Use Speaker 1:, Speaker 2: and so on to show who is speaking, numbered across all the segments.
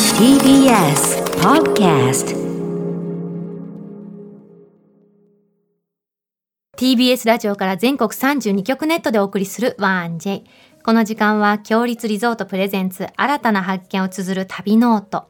Speaker 1: TBS Podcast
Speaker 2: TBS ラジオから全国32局ネットでお送りする 1J この時間は強立リゾートプレゼンツ新たな発見を綴る旅ノート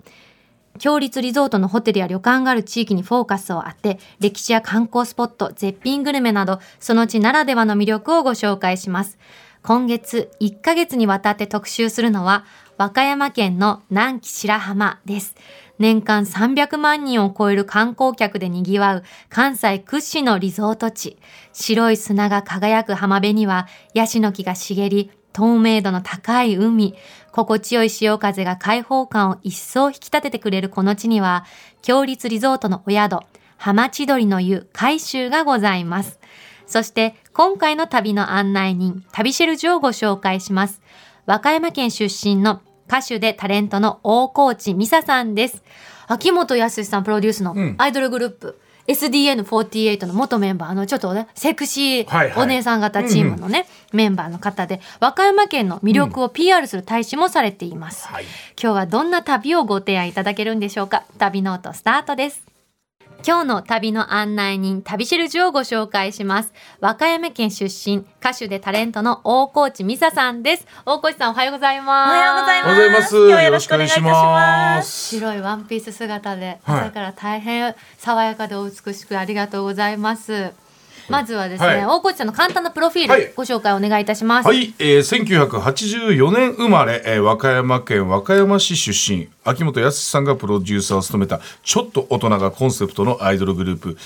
Speaker 2: 強立リゾートのホテルや旅館がある地域にフォーカスを当て歴史や観光スポット絶品グルメなどその地ならではの魅力をご紹介します今月1ヶ月にわたって特集するのは和歌山県の南紀白浜です年間300万人を超える観光客でにぎわう関西屈指のリゾート地白い砂が輝く浜辺にはヤシの木が茂り透明度の高い海、心地よい潮風が開放感を一層引き立ててくれるこの地には、強立リゾートのお宿、浜千鳥の湯、海舟がございます。そして、今回の旅の案内人、旅シェルジュをご紹介します。和歌山県出身の歌手でタレントの大河内美沙さんです。秋元康さんプロデュースのアイドルグループ、SDN48 の元メンバーのちょっとねセクシ
Speaker 3: は
Speaker 2: ー
Speaker 3: いはい
Speaker 2: お姉さん方チームのね、メンバーの方で和歌山県の魅力を PR する大使もされています、
Speaker 3: はい
Speaker 2: 今日はどんな旅をご提案いただけるんでしょうか旅ノートスタートです今日の旅の案内人旅しるじをご紹介します和歌山県出身歌手でタレントの大河内美沙さんです大河内さんおはようござい
Speaker 4: お
Speaker 2: ます
Speaker 4: はようござい
Speaker 3: お
Speaker 4: ます。
Speaker 3: はようございます。
Speaker 4: 今日よろしくお願いいたします。
Speaker 3: す
Speaker 2: 白いワンピース姿で
Speaker 3: はい
Speaker 2: 朝から大変爽やかでお美しくありがとうございます。まずはですね、
Speaker 3: はい
Speaker 2: 大河内さんの簡単なプロフィー
Speaker 3: は
Speaker 2: ル
Speaker 3: い
Speaker 2: ご紹介お願いいたします。
Speaker 3: はい、えー、1984年生まれ、えー和歌山県和歌山市出身秋元康さんがプロデューサーを務めたちょっと大人がコンセプトのアイドルグループ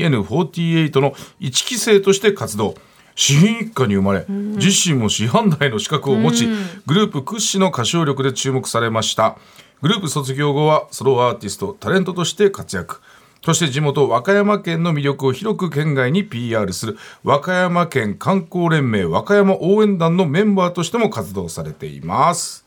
Speaker 3: SDN48 の1期生として活動市民一家に生まれ自身も師範代の資格を持ちグループ屈指の歌唱力で注目されましたグループ卒業後はソロアーティストタレントとして活躍そして地元和歌山県の魅力を広く県外に PR する和歌山県観光連盟和歌山応援団のメンバーとしても活動されています。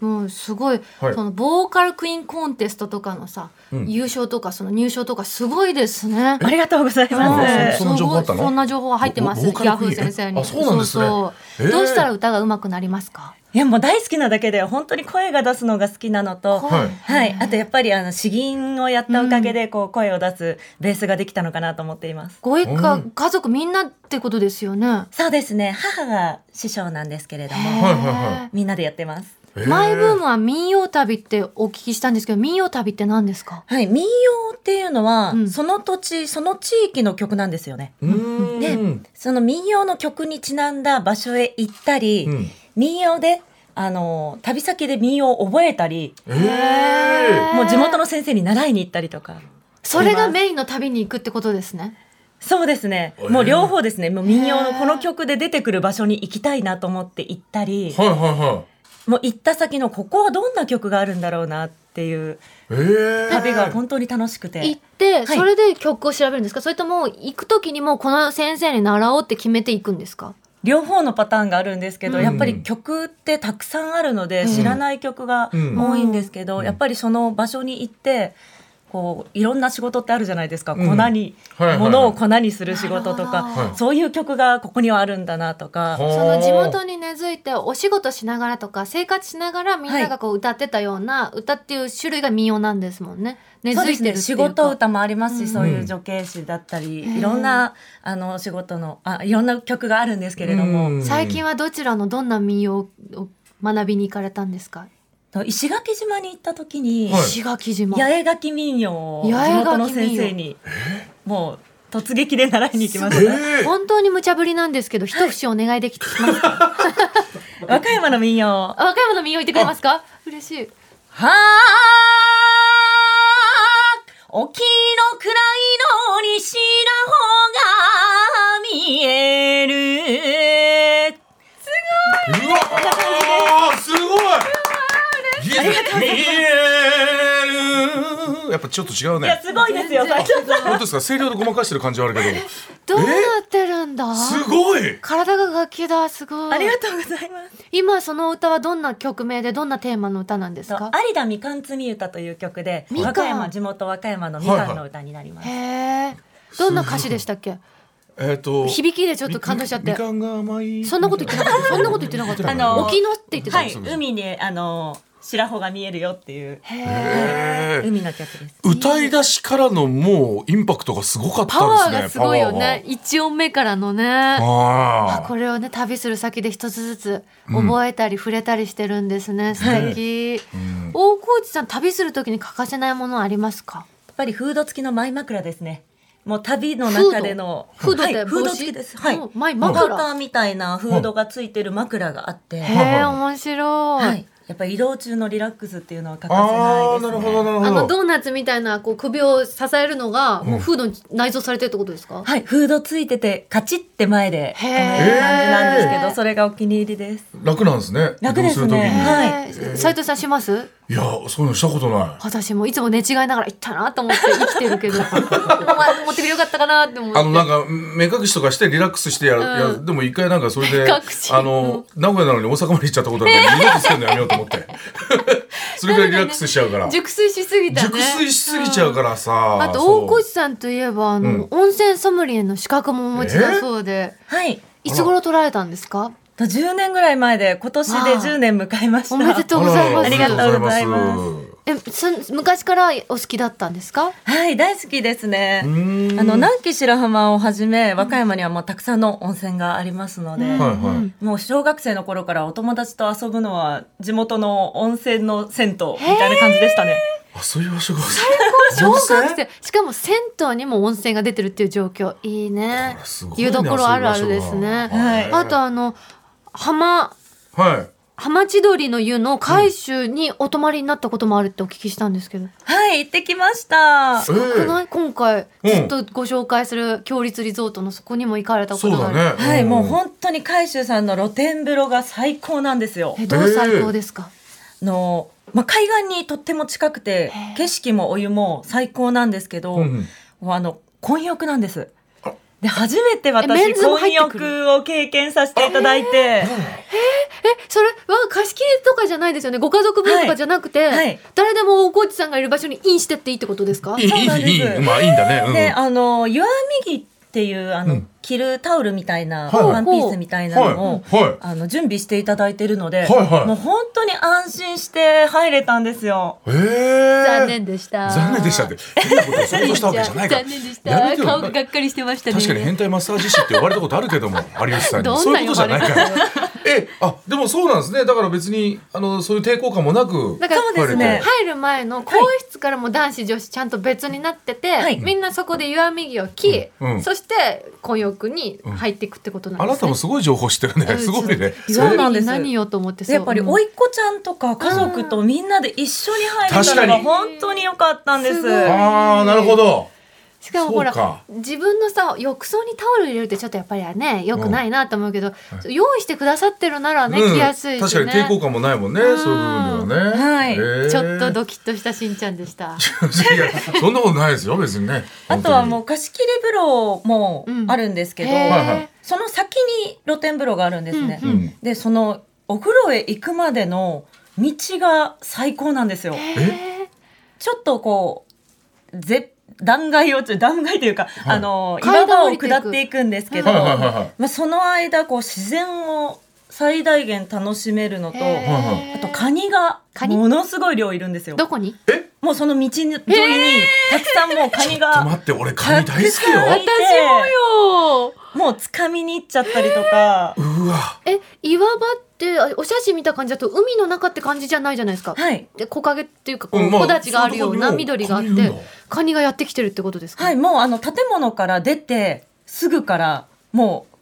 Speaker 2: もうすごい、
Speaker 3: はい
Speaker 2: そのボーカルクイーンコンテストとかのさ、優勝とかその入賞とかすごいですね。
Speaker 4: ありがとうござい
Speaker 3: あ
Speaker 4: ます。
Speaker 3: そんな情報あった
Speaker 2: す
Speaker 3: の
Speaker 2: ごいそんな情報は入ってま
Speaker 3: ボ
Speaker 2: す
Speaker 3: ボー。カル
Speaker 2: ヤ
Speaker 3: ク
Speaker 2: フ
Speaker 3: イーン
Speaker 2: ー先生に。
Speaker 3: あそうなんですね
Speaker 2: そう
Speaker 3: へえ
Speaker 2: どうしたら歌が上手くなりますか。
Speaker 4: いやもう大好きなだけで本当に声が出すのが好きなのと、
Speaker 3: はい
Speaker 4: はい、あとやっぱりあの詩吟をやったおかげでこう声を出すベースができたのかなと思っています。
Speaker 2: ご一家、
Speaker 3: うん
Speaker 2: 家族みんなってことですよね。
Speaker 4: そうですね。母が師匠なんですけれども、
Speaker 3: はいはい
Speaker 2: へえ
Speaker 4: みんなでやってます。
Speaker 2: マイブーム
Speaker 3: ム
Speaker 2: は民謡旅ってお聞きしたんですけど、民謡旅って何ですか。
Speaker 4: はい、民謡っていうのは、
Speaker 2: うん
Speaker 4: その土地その地域の曲なんですよね。
Speaker 3: うーん
Speaker 4: でその民謡の曲にちなんだ場所へ行ったり、
Speaker 3: うん
Speaker 4: 民謡であの旅先で民謡を覚えたり、
Speaker 3: えー
Speaker 4: もう地元の先生に習いに行ったりとか。
Speaker 2: それがメインの旅に行くってことですね。
Speaker 4: そうですね
Speaker 3: え。ー
Speaker 4: もう両方ですね。もう民謡
Speaker 2: へ
Speaker 4: の
Speaker 2: ー
Speaker 4: この曲で出てくる場所に行きたいなと思って行ったり、
Speaker 3: はいはいはい
Speaker 4: もう行った先のここはどんな曲があるんだろうなっていう
Speaker 3: えー
Speaker 4: 旅が本当に楽しくて。
Speaker 2: 行って、
Speaker 4: い
Speaker 2: それで曲を調べるんですか、それとも行く時にもうこの先生に習おうって決めていくんですか。
Speaker 4: 両方のパターンがあるんですけど、
Speaker 2: うん
Speaker 4: やっぱり曲ってたくさんあるので、
Speaker 2: うん
Speaker 4: 知らない曲が多いんですけど、
Speaker 3: うん
Speaker 4: やっぱりその場所に行ってこういろんな仕事ってあるじゃないですか、
Speaker 3: うん
Speaker 4: 粉に、
Speaker 3: はいはいはい
Speaker 4: 物を粉にする仕事と
Speaker 2: なる
Speaker 4: か
Speaker 2: ほど
Speaker 3: はい
Speaker 4: そういう曲がここにはあるんだなとか、
Speaker 3: はあ
Speaker 2: その地元に根付いてお仕事しながらとか生活しながらみんながこう歌ってたような歌っていう種類が民謡なんですもんね根
Speaker 4: そう
Speaker 2: 付
Speaker 4: で
Speaker 2: い
Speaker 4: す
Speaker 2: てるっ
Speaker 4: ね、
Speaker 2: てい
Speaker 4: 仕
Speaker 2: うか
Speaker 4: 事歌もありますし、
Speaker 2: うん
Speaker 4: そういう女系詩だったり、
Speaker 2: うん
Speaker 4: いろんなあの仕事のあいろんな曲があるんですけれども、
Speaker 3: うん
Speaker 2: 最近はどちらのどんな民謡を学びに行かれたんですか、
Speaker 4: と石垣島に行った時に、
Speaker 3: はい
Speaker 2: 石垣島
Speaker 4: 八重垣民謡を地
Speaker 2: 八重垣民謡
Speaker 4: 元の先生にもう突撃で習いに行きま
Speaker 3: え
Speaker 4: した、
Speaker 3: ー
Speaker 2: 本当に無茶ぶりなんですけど、一節お願いできますか。
Speaker 4: 和歌山の民謡
Speaker 2: あ和歌山の民謡言ってくれますか。嬉しい。
Speaker 4: はー沖の暗いのに白穂が見える
Speaker 3: うわーすごい見えるやっぱちょっと違う
Speaker 4: いや
Speaker 3: ね
Speaker 4: すごいですよ斉藤さん
Speaker 3: 本当ですか声量でごまかしてる感じはあるけど
Speaker 2: どうなってるんだ。
Speaker 3: すごい
Speaker 2: 体が楽器だ、すごい。
Speaker 4: ありがとうございます
Speaker 2: 今その歌はどんな曲名で、どんなテーマの歌なんですか。
Speaker 4: 有田みかん摘み歌という曲で
Speaker 2: みかん
Speaker 4: 和歌山地元和歌山のみかんの歌になります、
Speaker 2: へえ。どんな歌詞でしたっけ。
Speaker 3: えっと
Speaker 2: 響きでちょっと感動しちゃっ
Speaker 3: み
Speaker 2: て
Speaker 3: み。かんが甘い
Speaker 2: そんなこと言ってなかった。そんなこと言ってなかった。
Speaker 4: あの
Speaker 2: 沖のって言ってた。
Speaker 4: は
Speaker 2: へ
Speaker 4: い海にあの白穂が見えるよっていう
Speaker 3: へー
Speaker 4: 海の曲です。
Speaker 3: 歌い出しからのもうインパクトがすごかったですね。
Speaker 2: パワーがすごいよね。一音目からのね
Speaker 3: パ。ワーが。あー
Speaker 2: これをね旅する先で一つずつ覚えたり触れたりしてるんですね、素敵、大河内さん旅する時に欠かせないものありますか
Speaker 4: やっぱりフード付きのマイ枕ですね。もう旅の中での
Speaker 2: フード
Speaker 4: は
Speaker 2: フー
Speaker 4: い
Speaker 2: ドって
Speaker 4: フー
Speaker 2: 帽
Speaker 4: ド
Speaker 2: 子
Speaker 4: 付きです。はい。
Speaker 2: うんマイ枕
Speaker 4: パーカーみたいなフードが付いてる枕があって、
Speaker 2: へえ面白い、
Speaker 4: はい。やっぱり移動中のリラックスっていうのは欠かせない
Speaker 3: あ
Speaker 4: で
Speaker 3: ー、な
Speaker 4: す
Speaker 3: る
Speaker 4: ね。
Speaker 3: ほど、なる
Speaker 2: あの
Speaker 3: ほど。
Speaker 2: ドーナツみたいなこう首を支えるのがもうフードに内蔵されてるってことですか、
Speaker 4: はい、フードついててカチッて前で止める感じなんですけ
Speaker 2: へー
Speaker 4: ど、それがお気に入りです。
Speaker 3: 楽なんですね。
Speaker 4: 楽ですね
Speaker 3: 移動る時に
Speaker 4: はい
Speaker 2: えー斉藤さんします
Speaker 3: いや、そういうのしたことない。
Speaker 2: 私もいつも寝違いながら行ったなと思って生きてるけどお前持ってくれよかったかなって思って
Speaker 3: あのなんか目隠しとかしてリラックスしてやる、
Speaker 2: うん
Speaker 3: いやでも一回なんかそれで
Speaker 2: 目隠し
Speaker 3: あの名古屋なのに大阪まで行っちゃったことあるから二度とするのやめようと思って それぐらいリラックスしちゃうから、
Speaker 2: 熟睡しすぎたね
Speaker 3: 熟睡しすぎちゃうからさ、
Speaker 2: あと
Speaker 3: そう
Speaker 2: 大河内さんといえばあの、
Speaker 3: うん
Speaker 2: 温泉ソムリエの資格もお持ちだそうで、
Speaker 4: はい。
Speaker 2: いつ頃取られたんですか
Speaker 4: と10年ぐらい前で今年で
Speaker 2: わあ
Speaker 4: 10年迎えました。
Speaker 2: おめでとうご
Speaker 3: あ
Speaker 2: ざい
Speaker 3: ら
Speaker 2: ます
Speaker 4: ありがとうございます
Speaker 3: ありがとうございま
Speaker 2: えそ昔からお好きだったんですか
Speaker 4: はい、大好きですね。
Speaker 3: うーん
Speaker 4: あの南紀白浜をはじめ和歌山にはもうたくさんの温泉がありますので、
Speaker 3: はいはい、
Speaker 4: もう小学生の頃からお友達と遊ぶのは地元の温泉の銭湯みたいな感じでしたね。
Speaker 3: あそういう場所が
Speaker 2: 小学
Speaker 3: 温泉
Speaker 2: 生しかも銭湯にも温泉が出てるっていう状況いいね
Speaker 3: すごいな
Speaker 2: 湯どころあるあるです
Speaker 3: そういう
Speaker 2: ね
Speaker 3: 場所が
Speaker 4: はい
Speaker 2: あとあの浜
Speaker 3: はい
Speaker 2: 浜千鳥の湯の改修にお泊まりになったこともあるってお聞きしたんですけど、
Speaker 4: はい、行ってきました。
Speaker 2: すごくない今回
Speaker 3: うん
Speaker 2: ずっとご紹介する強立リゾートのそこにも行かれたこ
Speaker 3: そう
Speaker 2: とがあ
Speaker 3: だ
Speaker 2: る
Speaker 3: ね
Speaker 4: はい、
Speaker 3: ん
Speaker 4: もう本当に海舟さんの露天風呂が最高なんですよ。
Speaker 2: えどう最高ですか、
Speaker 4: あの、まあ、海岸にとっても近くて
Speaker 2: へー
Speaker 4: 景色もお湯も最高なんですけど、
Speaker 3: うんうん
Speaker 4: もうあの混浴なんです。で初めて私
Speaker 2: えメンズも入
Speaker 4: 混
Speaker 2: ってくる
Speaker 4: 浴を経験させていただいて、
Speaker 2: それは貸し切りとかじゃないですよねご家族分とかじゃなくて、
Speaker 4: いはい
Speaker 2: 誰でも大河内さんがいる場所にインしてっていいってことですか
Speaker 3: いい
Speaker 4: そうなんです
Speaker 3: いいいいまあいいんだね、うん
Speaker 4: で、あの、湯あみぎっていう、あの、
Speaker 3: うん
Speaker 4: 着るタオルみたいな、
Speaker 3: はい
Speaker 4: ワンピースみたいなのを、
Speaker 3: はいはい
Speaker 4: あの、準備していただいてるので、
Speaker 3: はいはい
Speaker 4: もう本当に安心して入れたんですよ。
Speaker 3: えー、
Speaker 2: 残念でした
Speaker 3: 残念でしたって変なことを想像したわけじゃないから
Speaker 2: 残念でし
Speaker 3: やめ
Speaker 2: た
Speaker 3: てよ
Speaker 2: 顔ががっかりしてましたね
Speaker 3: 確かに変態マッサージ師って呼ばれたことあるけども有吉さんに
Speaker 2: ど
Speaker 3: そ
Speaker 2: ん
Speaker 3: う
Speaker 2: な
Speaker 3: いう
Speaker 2: 呼ばれ方
Speaker 3: ことじゃないからえあでもそうなんですねだから別にあのそういう抵抗感もなく
Speaker 2: だから
Speaker 4: そうです
Speaker 3: 言われ
Speaker 4: ね
Speaker 3: て
Speaker 2: 入る前の更衣室からも男子女子ちゃんと別になってて、
Speaker 4: はい
Speaker 2: みんなそこで湯あみ着を着、
Speaker 3: うんうん
Speaker 2: そして混浴に入っていくってことな
Speaker 3: あ
Speaker 2: んで
Speaker 3: な
Speaker 2: すね、
Speaker 3: たもすごい情報してるね すごいね
Speaker 2: 湯
Speaker 4: そう
Speaker 2: あ
Speaker 4: なんです
Speaker 2: み着何よと思って
Speaker 4: でやっぱり、お
Speaker 2: い
Speaker 4: いっ子ちゃんとか家族とみんなで一緒に入れ
Speaker 3: 確か
Speaker 4: たの
Speaker 3: に
Speaker 4: が本当に良かったんです。
Speaker 2: すごい
Speaker 3: ああなるほど
Speaker 2: しかもほら
Speaker 3: そうか
Speaker 2: 自分のさ浴槽にタオル入れるってちょっとやっぱりねよくないなと思うけど、用意してくださってるならね、
Speaker 3: うん
Speaker 2: 着やすいしね
Speaker 3: 確かに抵抗感もないもんねそううんいう部分ではね
Speaker 4: はい
Speaker 3: えー
Speaker 2: ちょっとドキッとしたしんちゃんでした。
Speaker 3: いやそんなことないですよ別にね
Speaker 4: あとはもう貸し切り風呂もあるんですけど、
Speaker 2: へー
Speaker 3: はいはい
Speaker 4: その先に露天風呂があるんですね。
Speaker 2: うんうん
Speaker 4: で、そのお風呂へ行くまでの道が最高なんですよ。
Speaker 2: え
Speaker 4: ちょっとこう、ぜ断崖を、断崖というか、
Speaker 3: い
Speaker 4: あの、
Speaker 2: 階
Speaker 4: 岩
Speaker 2: 段
Speaker 4: 場
Speaker 2: を
Speaker 4: を
Speaker 2: 降りていく
Speaker 4: 下っていくんですけど、
Speaker 3: はいはいはいはい
Speaker 4: まあ、その間、こう、自然を最大限楽しめるのと、
Speaker 2: へー
Speaker 4: あと、カニが
Speaker 2: カ、ニ
Speaker 4: ものすごい量いるんですよ。
Speaker 2: どこに？
Speaker 4: もうその道に沿いに、たくさんもうカニ
Speaker 3: ちょっと
Speaker 4: が、
Speaker 3: 待って俺カニ大好き
Speaker 4: たくさ ん
Speaker 3: よ
Speaker 4: いて
Speaker 2: よ。
Speaker 4: もう掴みに行っちゃったりとか、
Speaker 3: うわ
Speaker 2: え岩場ってあお写真見た感じだと海の中って感じじゃないじゃないですか。
Speaker 4: はい。
Speaker 2: で木陰っていうかこう、
Speaker 3: うんまあ
Speaker 2: 木立があるような
Speaker 3: そういうとこ
Speaker 2: 緑
Speaker 3: にも
Speaker 2: があって
Speaker 3: カニいるんだ
Speaker 2: カニがやってきてるってことですか？
Speaker 4: はい、もうあの、建物から出て、すぐから、もう、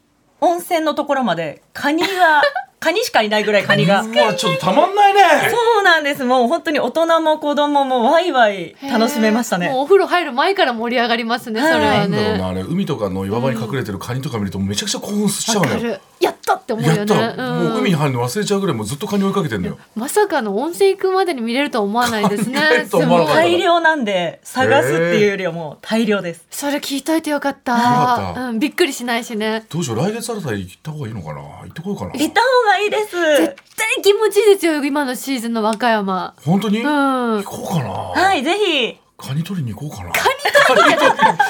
Speaker 4: 温泉のところまで、カニ が、カニしかいないぐらいカニが。
Speaker 3: うわちょっとたまんないね
Speaker 4: そうなんです。もう本当に大人も子供もワイワイ楽しめました
Speaker 2: へーもう
Speaker 4: ね。
Speaker 2: お風呂入る前から盛り上がりますね。そ
Speaker 4: はい
Speaker 2: れ
Speaker 3: な
Speaker 2: は
Speaker 3: んだろう
Speaker 2: ね
Speaker 3: な。あれ海とかの岩場に隠れてるカニとか見るとめちゃくちゃ興奮しちゃ
Speaker 2: わ
Speaker 3: うの
Speaker 2: か
Speaker 3: よ
Speaker 2: る。やったって思う
Speaker 3: や
Speaker 2: よ
Speaker 3: っ
Speaker 2: ね。
Speaker 3: た、もう海に
Speaker 2: ん
Speaker 3: 入るの忘れちゃうぐらいもうずっとカニ追いかけてんのよ
Speaker 2: まさかの温泉行くまでに見れるとは思わないですね
Speaker 3: 考 え。ると思わなかった
Speaker 2: すごい
Speaker 4: 大量なんで、探すっていうよりはもう大量です。
Speaker 2: それ聞いといてよかった。
Speaker 3: かった
Speaker 2: うん、びっくりしないしね。
Speaker 3: どうしよう来月あたり行った方がいいのかな行ってこようかな
Speaker 4: 行った方がいいです。
Speaker 2: 絶対気持ちいいですよ、今のシーズンの和歌山。
Speaker 3: 本当に、
Speaker 2: うん
Speaker 3: 行。こうかな、
Speaker 4: はい、ぜひ。
Speaker 3: カニ取りに行こうかな。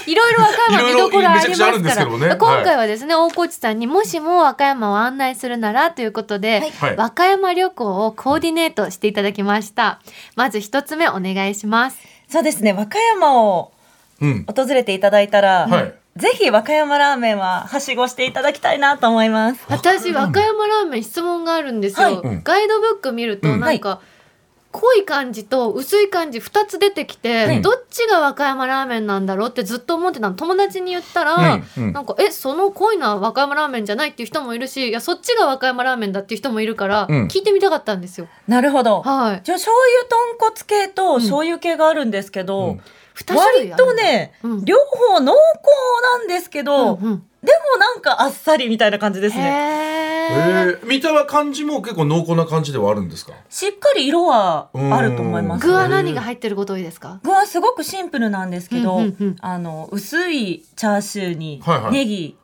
Speaker 2: いろいろ和歌山見どころあります
Speaker 3: いろいろめちゃくちゃあるんです
Speaker 2: か
Speaker 3: け
Speaker 2: ら
Speaker 3: どねはい
Speaker 2: 今回はですね、大河内さんにもしも和歌山を案内するならということで、
Speaker 3: はい
Speaker 2: 和歌山旅行をコーディネートしていただきましたまず一つ目お願いします
Speaker 4: そうですね和歌山を
Speaker 3: うん。
Speaker 4: 訪れていただいたら、
Speaker 3: はい
Speaker 4: ぜひ和歌山ラーメンははしごしていただきたいなと思います。
Speaker 2: 私和歌山ラーメン質問があるんですよ、
Speaker 4: はい
Speaker 3: うん
Speaker 2: ガイドブック見ると
Speaker 3: うん
Speaker 2: なんか、濃い感じと薄い感じ2つ出てきて、
Speaker 3: はい
Speaker 2: どっちが和歌山ラーメンなんだろうってずっと思ってたの友達に言ったら、
Speaker 3: うんうん
Speaker 2: なんかえその濃いのは和歌山ラーメンじゃないっていう人もいるしいやそっちが和歌山ラーメンだっていう人もいるから、
Speaker 3: うん
Speaker 2: 聞いてみたかったんですよ。
Speaker 4: なるほど。
Speaker 2: はい、
Speaker 4: じゃあ醤油豚骨系と醤油系があるんですけど、
Speaker 3: うん
Speaker 2: 2種類
Speaker 4: 割
Speaker 2: ある
Speaker 4: とね、
Speaker 2: うん
Speaker 4: 両方濃厚なんですけ
Speaker 2: うんう
Speaker 4: ど、
Speaker 2: ん
Speaker 4: でもなんかあっさりみたいな感じですね。
Speaker 3: え
Speaker 2: へー
Speaker 3: ー、見た感じも結構濃厚な感じではあるんですか。
Speaker 4: しっかり色はあると思います
Speaker 2: 具。は何が入ってること多いですか
Speaker 4: 具はすごくシンプルなんですけど、
Speaker 2: うんうんうん
Speaker 4: あの薄いチャーシューに
Speaker 3: はいはい
Speaker 4: ネギ、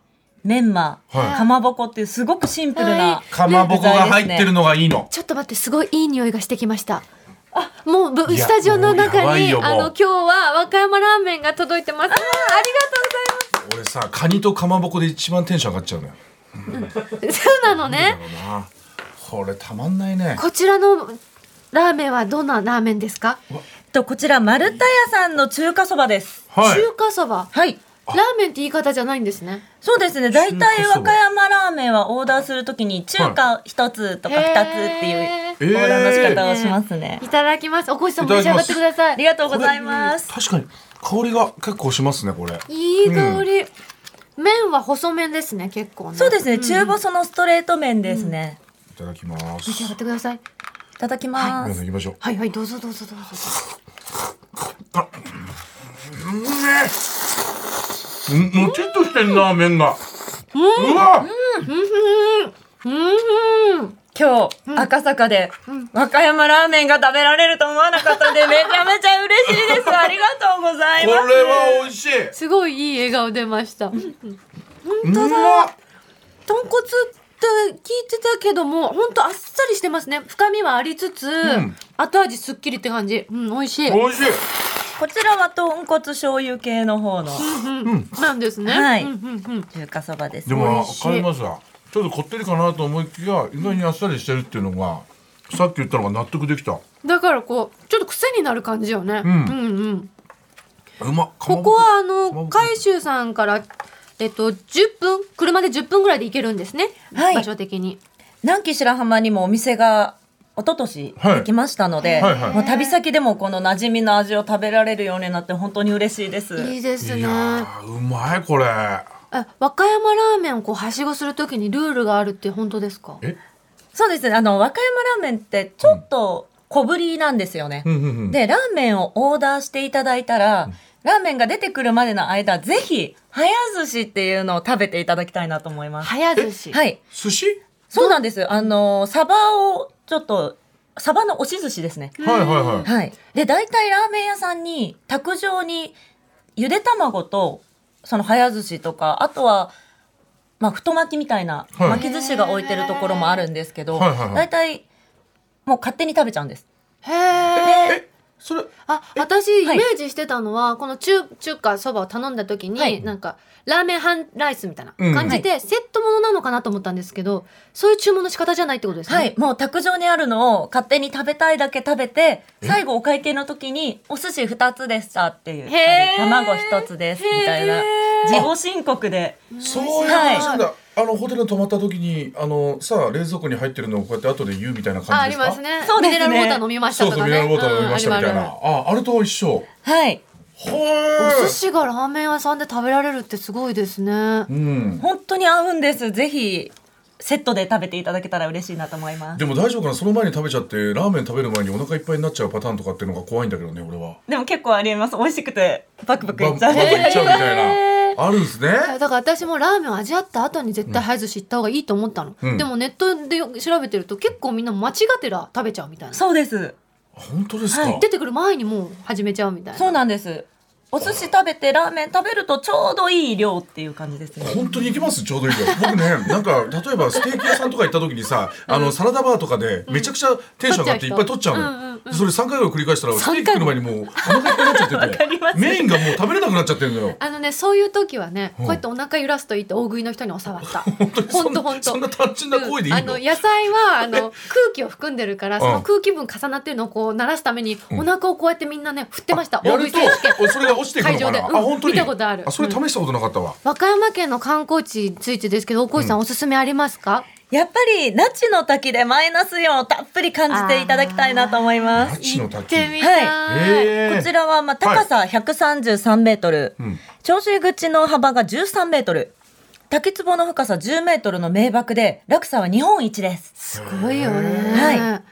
Speaker 4: メンマ、
Speaker 3: はい
Speaker 4: かまぼこっていうすごくシンプルな
Speaker 2: は。
Speaker 3: かまぼこが入ってるのがいいの。
Speaker 2: ちょっと待ってすごいいい匂いがしてきました。もうぶ
Speaker 3: いや
Speaker 2: スタジオの
Speaker 3: もうや
Speaker 2: 中
Speaker 3: ばい
Speaker 2: に
Speaker 3: よもう
Speaker 2: あの今日は和歌山ラーメンが届いて ます。あーあ
Speaker 3: 俺さ、カニとかまぼこで一番テンション上がっちゃうのよ。
Speaker 2: りがとう。そうなの
Speaker 3: だ
Speaker 2: ね。
Speaker 3: ろうな。これたまんないね。
Speaker 2: こちらのラーメンはどんなラーメンですか？
Speaker 4: えっとこちら丸田屋さんの中華そばです。
Speaker 3: はい。
Speaker 2: 中華そば。
Speaker 4: はい。
Speaker 2: ラーメンって言い方じゃないんですね。
Speaker 4: そうですね。大
Speaker 3: 中華
Speaker 4: 体
Speaker 3: そば
Speaker 4: 和歌山ラーメンはオーダーするときに中華一つとか二つっていう
Speaker 2: へー
Speaker 3: え
Speaker 4: オーダーの仕方をしますね。
Speaker 2: いただきます。おこしさん
Speaker 3: い
Speaker 2: 召
Speaker 3: た
Speaker 2: し
Speaker 3: だ
Speaker 2: 上
Speaker 3: きます
Speaker 2: がってくださ
Speaker 4: あり
Speaker 2: い。
Speaker 4: がとうございます。
Speaker 3: 確かに香りが結構しますねこれ。
Speaker 2: いい香り。麺は細麺ですね。結構ね。
Speaker 4: そうですね。
Speaker 2: ん
Speaker 4: 中細のストレート麺ですね。
Speaker 3: いただきます。
Speaker 2: 召し上がってください。
Speaker 4: いただきま
Speaker 3: 皆
Speaker 4: す
Speaker 3: さん。行きましょう。
Speaker 2: はいはいどうぞどうぞどうぞ。
Speaker 3: んもちっとしてんな麺が。うわ。
Speaker 2: うん。
Speaker 4: 今日、赤坂で、和歌山ラーメンが食べられると思わなかったんで、めちゃめちゃ嬉しいです。ありがとうござい
Speaker 3: こ
Speaker 4: ま
Speaker 3: れ
Speaker 4: す。
Speaker 3: は美味しい。
Speaker 2: すごいいい笑顔出ました。
Speaker 3: うまっ。
Speaker 2: 豚骨って聞いてたけども本当あっさりしてますね深みはありつつ、
Speaker 3: ん
Speaker 2: 後味すっきりって感じうん美味しい、う
Speaker 3: 美味しい。
Speaker 4: こちらは豚骨醤油系の方
Speaker 2: ん
Speaker 4: の
Speaker 2: うん、なんですね、
Speaker 4: はい
Speaker 2: うんうんうん、
Speaker 4: 中華そばです
Speaker 3: で
Speaker 4: ね。
Speaker 3: も
Speaker 2: 美
Speaker 3: わ
Speaker 2: 味しい
Speaker 3: かりますわ。ちょっとこってりかなと思いきや意外にあっさりしてるっていうのがさっき言ったのが納得できた。
Speaker 2: だからこうちょっと癖になる感じよね、
Speaker 3: うん
Speaker 2: うんうん
Speaker 3: うまっ。か
Speaker 2: こ
Speaker 3: まぼ
Speaker 2: こはあ
Speaker 3: かまぼ
Speaker 2: の
Speaker 3: こ
Speaker 2: 海舟さんからえっと10分車で10分ぐらいで行けるんですね、
Speaker 4: はい
Speaker 2: 場所的に
Speaker 4: 南紀白浜にもお店が一昨年
Speaker 3: はい
Speaker 4: できましたので、
Speaker 3: はいはい
Speaker 4: もう旅先でもこの馴染みの味を食べられるようになって本当に嬉しいです。
Speaker 2: いいです
Speaker 3: い
Speaker 2: ね
Speaker 3: やーうまいこれ。
Speaker 2: え和歌山ラーメンをこうはしごするときにルールがあるって本当ですか
Speaker 3: え。
Speaker 4: そうですね。あの和歌山ラーメンってちょっと小ぶりなんですよね。
Speaker 3: うんうんうん。
Speaker 4: でラーメンをオーダーしていただいたら、ラーメンが出てくるまでの間ぜひ早寿司っていうのを食べていただきたいなと思います。
Speaker 2: 早寿司
Speaker 4: はい、
Speaker 3: 寿司？
Speaker 4: そうなんです。あのサバをちょっとサバの押し寿司ですね。
Speaker 3: はいはいはい。
Speaker 4: はい。で大体ラーメン屋さんに卓上にゆで卵とその早寿司とかあとはまあ太巻きみたいな
Speaker 3: はい
Speaker 4: 巻き寿司が置いてるところもあるんですけど、
Speaker 3: はいはいはい
Speaker 4: 大体もう勝手に食べちゃうんです。
Speaker 2: へえ
Speaker 4: で
Speaker 3: それ。
Speaker 2: あ、私イメ
Speaker 4: はい
Speaker 2: ージしてたのは、この中中華そばを頼んだ時に、
Speaker 4: はい
Speaker 2: なんかラーメン半ライスみたいな
Speaker 3: うん
Speaker 2: 感じで、セットものなのかなと思ったんですけど、そういう注文の仕方じゃないってことですね。
Speaker 4: はい、もう卓上にあるのを勝手に食べたいだけ食べて、最後お会計の時にお寿司二つでしたっていう
Speaker 2: へー、
Speaker 4: 卵一つですみたいな
Speaker 2: へー
Speaker 4: 自己申告で、
Speaker 3: そういう話なんだ、あのホテル泊まった時にあのさあ冷蔵庫に入ってるのをこうやって後で言うみたいな
Speaker 2: あ、あ
Speaker 3: 感
Speaker 2: り
Speaker 3: じですか
Speaker 2: ますね。
Speaker 4: そうで
Speaker 2: ミネ
Speaker 4: すね
Speaker 2: ラルウォーター飲みました
Speaker 3: そう
Speaker 2: と
Speaker 3: そ
Speaker 2: か
Speaker 3: うミネ
Speaker 2: ね。
Speaker 3: ラルウォーター飲みましたみたいな、
Speaker 2: うんあるある
Speaker 3: ああれと一緒
Speaker 4: はい、
Speaker 3: ほ
Speaker 2: あるお寿
Speaker 3: ー
Speaker 2: 司がラーメン屋さんで食べられるってすごいですね。
Speaker 3: うん
Speaker 4: 本当に合うんです。ぜひセットで食べていただけたら嬉しいなと思います。
Speaker 3: でも大丈夫かなその前に食べちゃってラーメン食べる前にお腹いっぱいになっちゃうパターンとかっていうのが怖いんだけどね俺は
Speaker 4: でも結構ありえます。美味しくてバクバクいっちゃ
Speaker 3: バ
Speaker 4: う。
Speaker 3: ババいっちゃうみたいな、
Speaker 2: へ
Speaker 3: あるんですね
Speaker 2: だから私もラーメンを味わった後に絶対早寿司行った方がいいと思ったの、
Speaker 3: うん
Speaker 2: でもネットで調べてると結構みんな間違ってら食べちゃうみたいな
Speaker 4: そうです。
Speaker 3: 本当ですか、
Speaker 4: はい
Speaker 2: 出てくる前にもう始めちゃうみたいな
Speaker 4: そうなんです。お寿司食べてラーメン食べるとちょうどいい量っていう感じですね。
Speaker 3: 本当に行きますちょうどいいよ僕ねなんか例えばステーキ屋さんとか行った時にさあのサラダバーとかでめちゃくちゃテンション上がっていっぱい取っちゃうの、それ3回ぐらい繰り返したらステーキ食う前にもうお腹いっぱいになっちゃってて、メインがもう食べれなくなっちゃってるのよ
Speaker 5: あのねそういう時はね、こうやってお腹揺らすといいって大食いの人に教わった。
Speaker 3: 本当にそ
Speaker 5: 本
Speaker 3: んな
Speaker 5: 当本当。
Speaker 3: そんな単純な声でいい
Speaker 5: うん
Speaker 3: の、
Speaker 5: あの野菜はあの空気を含んでるからその空気分重なってるのをこう鳴らすためにお腹をこうやってみんなね振ってました、
Speaker 3: や
Speaker 5: 大食
Speaker 3: る
Speaker 5: い
Speaker 3: と
Speaker 5: 選手権
Speaker 3: おそれが落ちていくのかな、
Speaker 5: 会場でうん
Speaker 3: あ本当に
Speaker 5: 見たことある
Speaker 3: それ試したことなかったわ、
Speaker 2: 和歌山県の観光地についてですけど、大河内さんおすすめありますか
Speaker 4: やっぱり那智の滝でマイナスイオンをたっぷり感じていただきたいなと思いま
Speaker 3: ナ
Speaker 4: す。
Speaker 3: チの滝
Speaker 2: 行ってみたい。
Speaker 3: えー
Speaker 4: こちらはまあ高さ133メートル、
Speaker 3: ん
Speaker 4: 長州口の幅が13メートル、滝壺の深さ10メートルの名瀑で落差は日本一です。
Speaker 2: すごいよね。
Speaker 4: はい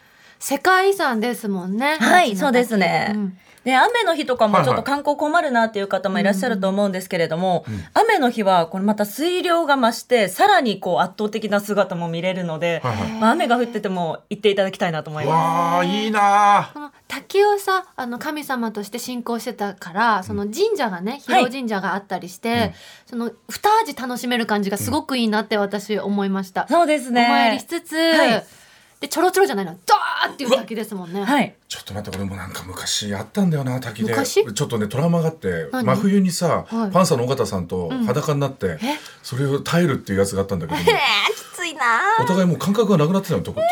Speaker 2: 世界遺産ですもんね。
Speaker 4: はい、そうですね。
Speaker 2: うん
Speaker 4: で雨の日とか
Speaker 3: はいは
Speaker 4: も
Speaker 3: い
Speaker 4: ちょっと観光困るなっていう方もいらっしゃると思うんですけれども、雨の日はこれまた水量が増してさらにこう圧倒的な姿も見れるので、
Speaker 3: はいはい
Speaker 4: まあ、雨が降ってても行っていただきたいなと思います。
Speaker 3: わあいいなあ
Speaker 2: この滝をさあの神様として信仰してたからその神社がね
Speaker 4: はい
Speaker 2: 広尾神社があったりして、その二味楽しめる感じがすごくいいなって私思いました、
Speaker 4: そうですね。
Speaker 2: お参りしつつ、
Speaker 4: はい
Speaker 2: でちょろちょろじゃないのドーっていう滝ですもんね、
Speaker 4: はい。
Speaker 3: ちょっと待って俺もなんか昔あったんだよな滝で
Speaker 2: 昔
Speaker 3: ちょっとねトラウマがあって
Speaker 2: 何
Speaker 3: 真冬にさ、
Speaker 2: はい
Speaker 3: パンサーの尾形さんと裸になって、それを耐えるっていうやつがあったんだけども、お互いもう感覚がなくなってたのと途中で。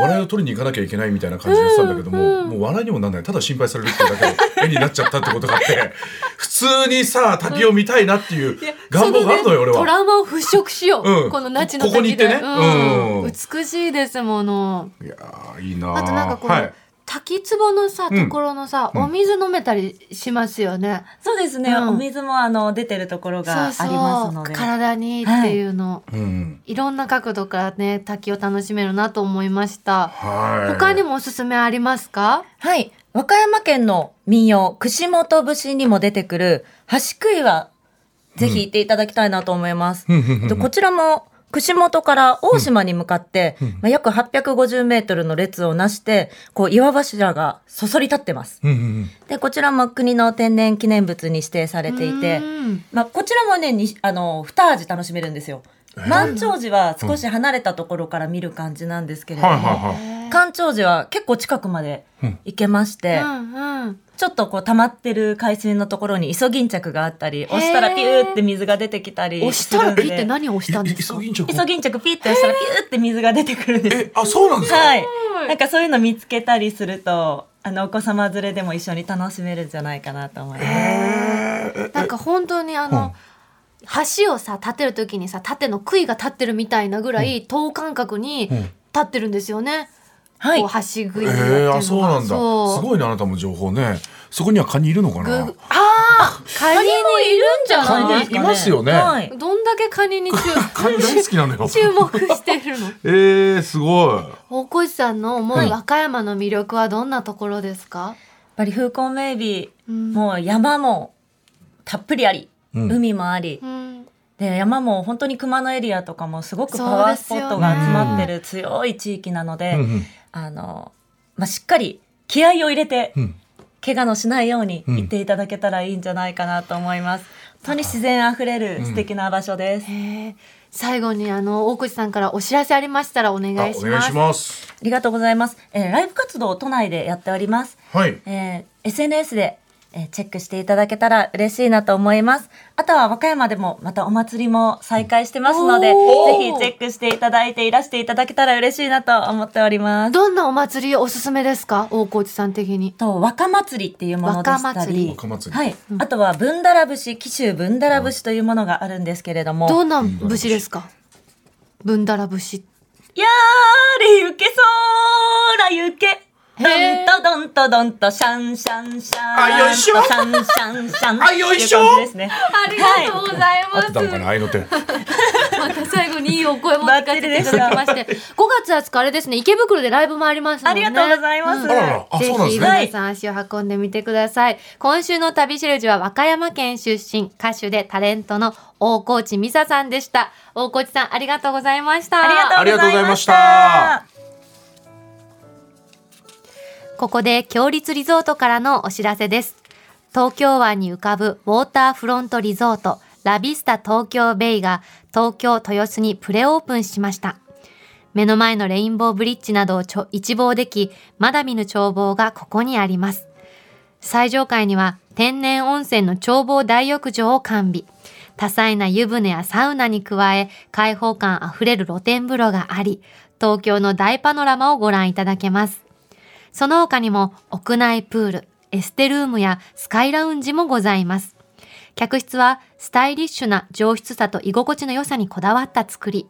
Speaker 3: 笑いを取りに行かなきゃいけないみたいな感じでやってたんだけども、もう笑いにもなんないただ心配されるっていうだけで絵になっちゃったってことがあって 普通にさ滝を見たいなっていう願望があるのよ俺
Speaker 2: ト
Speaker 3: は。
Speaker 2: ラウマを払拭しよう、
Speaker 3: うん
Speaker 2: この那智の
Speaker 3: ここに行
Speaker 2: 滝
Speaker 3: って
Speaker 2: で
Speaker 3: ね
Speaker 2: うん
Speaker 3: うん
Speaker 2: 美しいですもの
Speaker 3: いやーいいなー
Speaker 2: あとなんかこの、
Speaker 3: はい、
Speaker 2: 滝壺のさ
Speaker 3: うん
Speaker 2: ところのさ、お水飲めたりしますよね、
Speaker 4: そうですね。
Speaker 2: うん
Speaker 4: お水もあの出てるところがありますので。
Speaker 2: 体にいいっていうの、
Speaker 3: うん
Speaker 2: い、ろんな角度からね滝を楽しめるなと思いました、
Speaker 3: はい、
Speaker 2: 他にもおすすめありますか
Speaker 4: はい。和歌山県の民謡、串本節にも出てくる、橋杭は、ぜひ行っていただきたいなと思います。
Speaker 3: うんうんうんうん
Speaker 4: とこちらも、串本から大島に向かって、まあ、約850メートルの列をなして、こう、岩柱がそそり立ってます。
Speaker 3: うんうんうん
Speaker 4: で、こちらも国の天然記念物に指定されていて、
Speaker 2: うん
Speaker 4: まあ、こちらもねにあの二味楽しめるんですよ。満潮時は少し離れたところから見る感じなんですけれど
Speaker 3: はい
Speaker 4: も、
Speaker 3: はいはい。
Speaker 4: 干潮時は結構近くまで行けまして、
Speaker 2: うんうん
Speaker 4: ちょっとこう溜まってる海水のところにイソギンチャクがあったり押したらピューって水が出てきたり
Speaker 2: 押したら
Speaker 4: す
Speaker 2: ピ
Speaker 4: るんで
Speaker 2: って何を押したんですか
Speaker 3: いいい急ぎんちょこ
Speaker 4: イソギンチャクピーって押したらピューって水が出てくるんです。
Speaker 3: え、あ、そうなんですか。
Speaker 4: はい、なんかそういうの見つけたりするとあのお子様連れでも一緒に楽しめるんじゃないかなと思います。
Speaker 2: なんか本当にあの、橋をさ立てるときにさ縦の杭が立ってるみたいなぐらい等間隔に立ってるんですよね、
Speaker 4: はい
Speaker 2: こう橋
Speaker 3: え
Speaker 2: 杭になってるの
Speaker 3: ー、
Speaker 2: が
Speaker 3: あ、そうなんだ。す
Speaker 2: そう
Speaker 3: ごいね、あなたも情報ね。そこにはカニいるのか
Speaker 2: あ
Speaker 3: な。
Speaker 2: ーカニもいるんじゃ
Speaker 3: カニ
Speaker 2: ない
Speaker 3: いますよね
Speaker 4: はい
Speaker 2: どんだけカニに注
Speaker 3: カニ大好きなのよ。
Speaker 2: 注目してるの
Speaker 3: えー、すごい。
Speaker 2: 大越さんの思う和歌山の魅力はどんなところですか、
Speaker 4: やっぱり風光明媚、もう山もたっぷりあり、
Speaker 3: うん
Speaker 4: 海もあり、
Speaker 2: うん、
Speaker 4: で山も本当に熊野エリアとかもすごくパ
Speaker 2: そう
Speaker 4: ワ
Speaker 2: で
Speaker 4: ース
Speaker 2: す
Speaker 4: ポ
Speaker 2: よね
Speaker 4: ットが集まってる強い地域なので、
Speaker 3: うんうん
Speaker 4: あの、まあ、しっかり気合を入れて、
Speaker 3: うん
Speaker 4: 怪我のしないように
Speaker 3: うん
Speaker 4: 行っていただけたらいいんじゃないかなと思います。本当に自然あふれる素敵な場所です。あ
Speaker 2: えー最後にあの大越さんからお知らせありましたらお願
Speaker 3: あ
Speaker 2: い、
Speaker 3: お
Speaker 2: し
Speaker 3: 願
Speaker 2: ま
Speaker 3: い
Speaker 2: す
Speaker 3: します。
Speaker 4: りがとうございます。えーライブ活動を都内でやっております。
Speaker 3: はい。
Speaker 4: えー SNS で、えーチェックしていただけたら嬉しいなと思います。あとは和歌山でもまたお祭りも再開してますので、ぜ
Speaker 2: おー
Speaker 4: ひチェックしていただいていらしていただけたら嬉しいなと思っております。
Speaker 2: どんなお祭りおすすめですか大河内さん的に
Speaker 4: と若祭りっていうものでしたり、
Speaker 3: 若祭り
Speaker 4: はい、あとはぶんだら節、紀州ぶんだら節というものがあるんですけれども、
Speaker 2: どんな武士ですかぶんだら武士
Speaker 4: やーれゆけそーらゆけ。ど
Speaker 2: へー
Speaker 4: んとどんとどんとシャンシャンシャン。
Speaker 3: あよいしょ
Speaker 4: シャンシャンシャン。
Speaker 3: あよいしょ
Speaker 4: ってう感じですね。
Speaker 2: ありがとうござい
Speaker 3: あ
Speaker 2: ま
Speaker 3: ってたのかな、愛の手。
Speaker 2: また最後にいいお声も聞かせていただきまして、5月20日あれですね、池袋でライブもありますので、ね。
Speaker 4: ありがとうございます
Speaker 2: ん
Speaker 4: あ
Speaker 3: ららあ
Speaker 2: ぜ
Speaker 3: そうなんです
Speaker 2: ひ
Speaker 3: ね
Speaker 2: 皆さん足を運んでみてください。今週の旅しるじは和歌山県出身、歌手でタレントの大河内美沙さんでした。大河内さん、ありがとうございました。
Speaker 4: ありがとうございまし
Speaker 3: あ
Speaker 4: た。
Speaker 2: ここで強立リゾートからのお知らせです。東京湾に浮かぶウォーターフロントリゾートラビスタ東京ベイが東京豊洲にプレオープンしました。目の前のレインボーブリッジなどをちょ一望でき、まだ見ぬ眺望がここにあります。最上階には天然温泉の眺望大浴場を完備。多彩な湯船やサウナに加え、開放感あふれる露天風呂があり、東京の大パノラマをご覧いただけます。その他にも屋内プール、エステルームやスカイラウンジもございます。客室はスタイリッシュな上質さと居心地の良さにこだわった作り。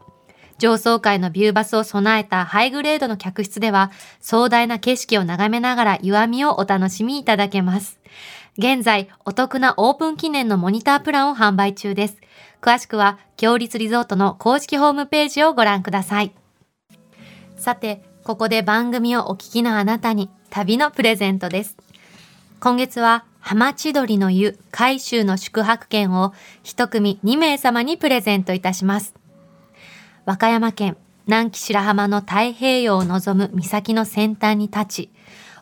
Speaker 2: 上層階のビューバスを備えたハイグレードの客室では壮大な景色を眺めながら湯あみをお楽しみいただけます。現在、お得なオープン記念のモニタープランを販売中です。詳しくは、強立リゾートの公式ホームページをご覧ください。さて、ここで番組をお聞きのあなたに旅のプレゼントです。今月は浜千鳥の湯海州の宿泊券を一組2名様にプレゼントいたします。和歌山県南紀白浜の太平洋を望む岬の先端に立ち、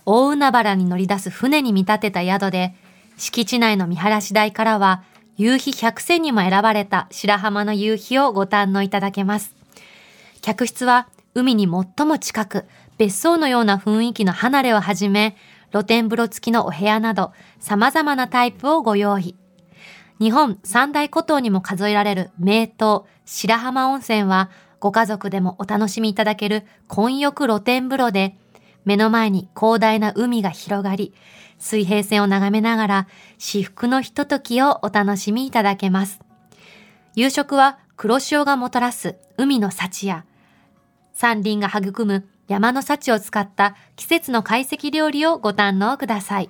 Speaker 2: 大海原に乗り出す船に見立てた宿で、敷地内の見晴らし台からは夕日100選にも選ばれた白浜の夕日をご堪能いただけます。客室は海に最も近く、別荘のような雰囲気の離れをはじめ、露天風呂付きのお部屋など、様々なタイプをご用意。日本三大古島にも数えられる名湯、白浜温泉は、ご家族でもお楽しみいただける混浴露天風呂で、目の前に広大な海が広がり、水平線を眺めながら、至福のひとときをお楽しみいただけます。夕食は黒潮がもたらす海の幸や、山林が育む山の幸を使った季節の懐石料理をご堪能ください。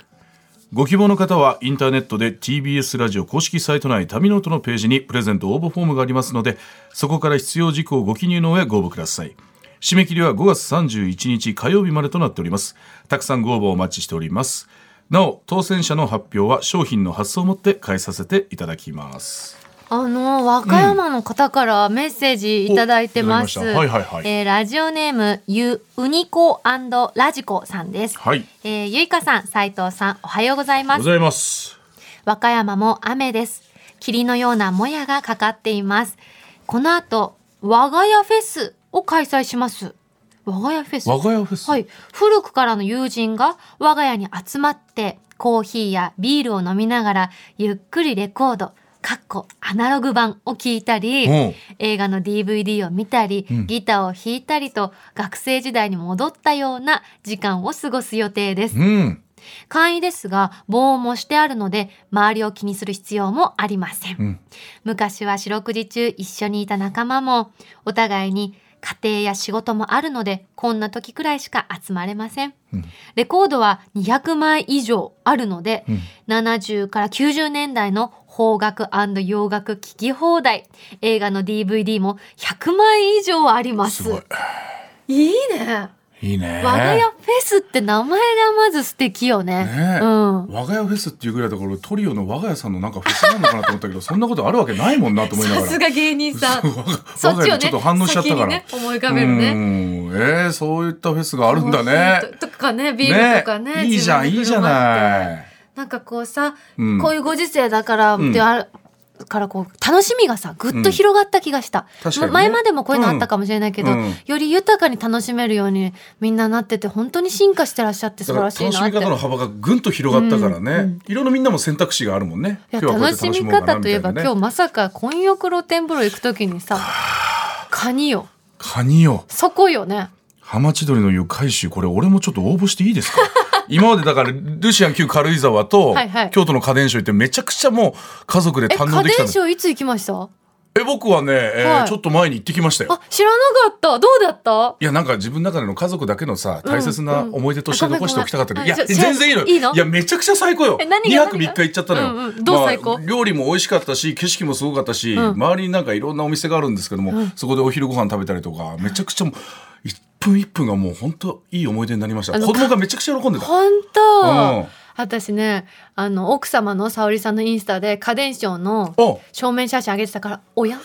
Speaker 3: ご希望の方はインターネットで TBS ラジオ公式サイト内旅ノートのページにプレゼント応募フォームがありますのでそこから必要事項をご記入の上ご応募ください締め切りは5月31日火曜日までとなっておりますたくさんご応募お待ちしておりますなお当選者の発表は商品の発送をもって返させていただきます
Speaker 2: あの和歌山の方からメッセージいただいてます。
Speaker 3: おいただきましたはいはいはい
Speaker 2: えーラジオネームゆうにこラジコさんです。
Speaker 3: はい
Speaker 2: えーゆいかさん、斉藤さん、おはようござい
Speaker 3: ご
Speaker 2: ます。
Speaker 3: ざいます
Speaker 2: 和歌山も雨です。霧のようなもやがかかっています。この後、我が家フェスを開催します。我が家フェス。
Speaker 3: 我が家フェス、
Speaker 2: はい、古くからの友人が我が家に集まってコーヒーやビールを飲みながらゆっくりレコードかっこアナログ版を聞いたり
Speaker 3: うん
Speaker 2: 映画の DVD を見たり、
Speaker 3: ん
Speaker 2: ギターを弾いたりと学生時代に戻ったような時間を過ごす予定です
Speaker 3: うん
Speaker 2: 簡易ですが防音もしてあるので周りを気にする必要もありません、
Speaker 3: うん
Speaker 2: 昔は四六時中一緒にいた仲間もお互いに家庭や仕事もあるのでこんな時くらいしか集まれません、
Speaker 3: うん
Speaker 2: レコードは200枚以上あるので、
Speaker 3: うん
Speaker 2: 70から90年代の邦楽洋楽聴き放題映画の DVD も100枚以上あります
Speaker 3: すご
Speaker 5: い
Speaker 3: い
Speaker 5: いね
Speaker 3: いいね
Speaker 2: 我が家フェスって名前がまず素敵よね
Speaker 3: ねえ
Speaker 2: うん、
Speaker 3: 我が家フェスっていうぐらいだからトリオの我が家さんのなんかフェスなのかなと思ったけどそんなことあるわけないもんなと思いなが
Speaker 5: さ
Speaker 3: ら
Speaker 5: すが芸人さん
Speaker 3: そ
Speaker 5: そっちを
Speaker 3: ち
Speaker 5: ね
Speaker 3: ょっと反応しちゃったか
Speaker 5: 先に
Speaker 3: ら
Speaker 5: ね思い浮かべる
Speaker 3: う
Speaker 5: ね
Speaker 3: んえー、そういったフェスがあるんだ
Speaker 5: コー
Speaker 3: ね
Speaker 5: ヒーととかねビールとかね
Speaker 3: いいじゃんい
Speaker 5: 自分
Speaker 3: い
Speaker 5: で
Speaker 3: じゃ
Speaker 5: 振る舞って
Speaker 3: ない
Speaker 5: なんかこうさ、
Speaker 3: うん
Speaker 5: こういうご時世だからってある、
Speaker 2: からこう楽しみがさぐっと広がった気がした、
Speaker 3: 確かにね
Speaker 2: 前までもこういうのあったかもしれないけど、
Speaker 3: うんうん
Speaker 2: より豊かに楽しめるようにみんななってて本当に進化してらっしゃって素
Speaker 3: だ
Speaker 2: 晴ら
Speaker 3: から楽
Speaker 2: しい
Speaker 3: しみ
Speaker 2: なって
Speaker 3: 方の幅がぐんと広がったからね、いろんなみんなも選択肢があるもんね
Speaker 2: いや
Speaker 3: 今日はこうや
Speaker 2: 楽
Speaker 3: って
Speaker 2: しみ
Speaker 3: もうかな
Speaker 2: 方といえば
Speaker 3: みたいな
Speaker 2: 今
Speaker 3: ね
Speaker 2: 日まさか混浴露天風呂行く時にさカニよ
Speaker 3: カニよ
Speaker 2: そこよね
Speaker 3: 浜千鳥の湯回収これ俺もちょっと応募してい いですか今までだからルシアン旧軽井沢と
Speaker 2: はいはい
Speaker 3: 京都の家電商行ってめちゃくちゃもう家族で
Speaker 2: え
Speaker 3: 堪能
Speaker 2: 家
Speaker 3: できた
Speaker 2: 電
Speaker 3: んです
Speaker 2: 商いつ行きました
Speaker 3: え僕はね、えー
Speaker 2: はい
Speaker 3: ちょっと前に行ってきましたよ
Speaker 2: あ知らなかったどうだった
Speaker 3: いやなんか自分の中での家族だけのさ大切な思い出として残しておきたかったけど、
Speaker 2: あ
Speaker 3: いや
Speaker 2: ごめんごめん
Speaker 3: 全然いいの
Speaker 2: いいの
Speaker 3: やめちゃくちゃ最高よ
Speaker 2: え何が
Speaker 3: 2泊
Speaker 2: 何が
Speaker 3: 3日行っちゃったのよ、
Speaker 2: うんうんどう最高
Speaker 3: まあ料理も美味しかったし景色もすごかったし、
Speaker 2: ん
Speaker 3: 周りになんかいろんなお店があるんですけども、そこでお昼ご飯食べたりとかめちゃくちゃもう1分1分がもう本当いい思い出になりました
Speaker 2: あの
Speaker 3: 子供がめちゃくちゃ喜んでた
Speaker 2: 本当、
Speaker 3: うん
Speaker 2: 私ねあの奥様の沙織さんのインスタで家電商の
Speaker 3: お
Speaker 2: 正面写真上げてたからおや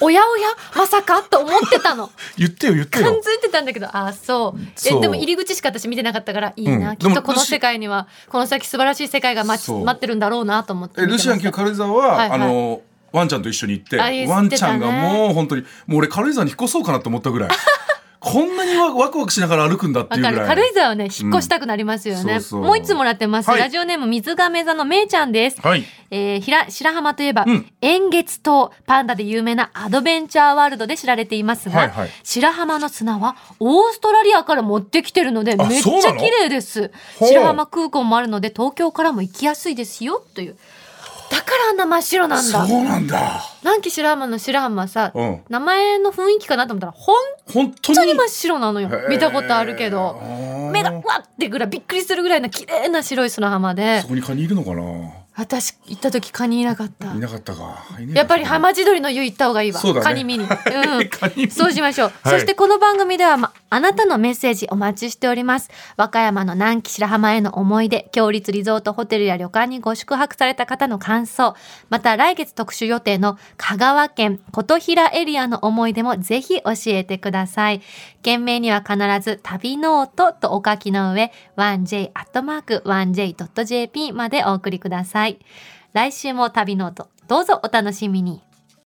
Speaker 2: おやおやまさかと思って たの
Speaker 3: 言ってよ言って
Speaker 2: 感
Speaker 3: よ
Speaker 2: づいてたんだけどああそう
Speaker 3: そ
Speaker 2: え
Speaker 3: う
Speaker 2: でも入り口しか私見てなかったからいいな、
Speaker 3: うん
Speaker 2: きっ
Speaker 3: で
Speaker 2: と
Speaker 3: も
Speaker 2: この世界にはこの先素晴らしい世界が待ち
Speaker 3: そう
Speaker 2: 待ってるんだろうなと思って
Speaker 3: え
Speaker 2: 見て
Speaker 3: ル
Speaker 2: ま
Speaker 3: シアン
Speaker 2: した
Speaker 3: 今日軽井沢は、
Speaker 2: はいはい
Speaker 3: あのワンちゃんと一緒に行って
Speaker 2: あ言ってたね
Speaker 3: ワンちゃんがもう本当にもう俺軽井沢に引っ越そうかなと思ったぐらい こんなにワワクワクしながら歩くんだっ
Speaker 2: わ
Speaker 3: ていう
Speaker 2: か
Speaker 3: ぐ
Speaker 2: る
Speaker 3: らい
Speaker 2: 軽井沢はね引っ越したくなりますよね、
Speaker 3: うんそうそう
Speaker 2: もう一つもらってます、
Speaker 3: はい
Speaker 2: ラジオネーム水亀座のめいちゃんです、
Speaker 3: はい
Speaker 2: えーひら白浜といえば、
Speaker 3: うん
Speaker 2: 円月島パンダで有名なアドベンチャーワールドで知られていますが、
Speaker 3: はいはい
Speaker 2: 白浜の砂はオーストラリアから持ってきてるので
Speaker 3: あ
Speaker 2: めっち
Speaker 3: そう
Speaker 2: ゃ
Speaker 3: なの
Speaker 2: 綺麗です
Speaker 3: ほう
Speaker 2: 白浜空港もあるので東京からも行きやすいですよというだからあんな真っ白なんだ
Speaker 3: そうなんだ
Speaker 2: 南紀白浜の白浜さ、
Speaker 3: うん
Speaker 2: 名前の雰囲気かなと思ったら本
Speaker 3: 本当に
Speaker 2: 当に真っ白なのよ
Speaker 3: へー
Speaker 2: 見たことあるけど
Speaker 3: あー
Speaker 2: 目がわってぐらいびっくりするぐらいの綺麗な白い砂浜で
Speaker 3: そこにカニいるのかな
Speaker 2: 私行った時カニいなかった
Speaker 3: いなかったかいねえのか
Speaker 2: やっぱり浜地鳥の湯行った方がいいわ、
Speaker 3: そうだね
Speaker 2: カニ見に、うん
Speaker 3: カニ見に
Speaker 2: そうしましょう、
Speaker 3: はい
Speaker 2: そしてこの番組では、ま、あなたのメッセージお待ちしております和歌山の南紀白浜への思い出強立リゾートホテルや旅館にご宿泊された方の感想また来月特集予定の香川県琴平エリアの思い出もぜひ教えてください件名には必ず旅ノートとお書きの上 1j.1j.jp までお送りください来週も旅ノートどうぞお楽しみに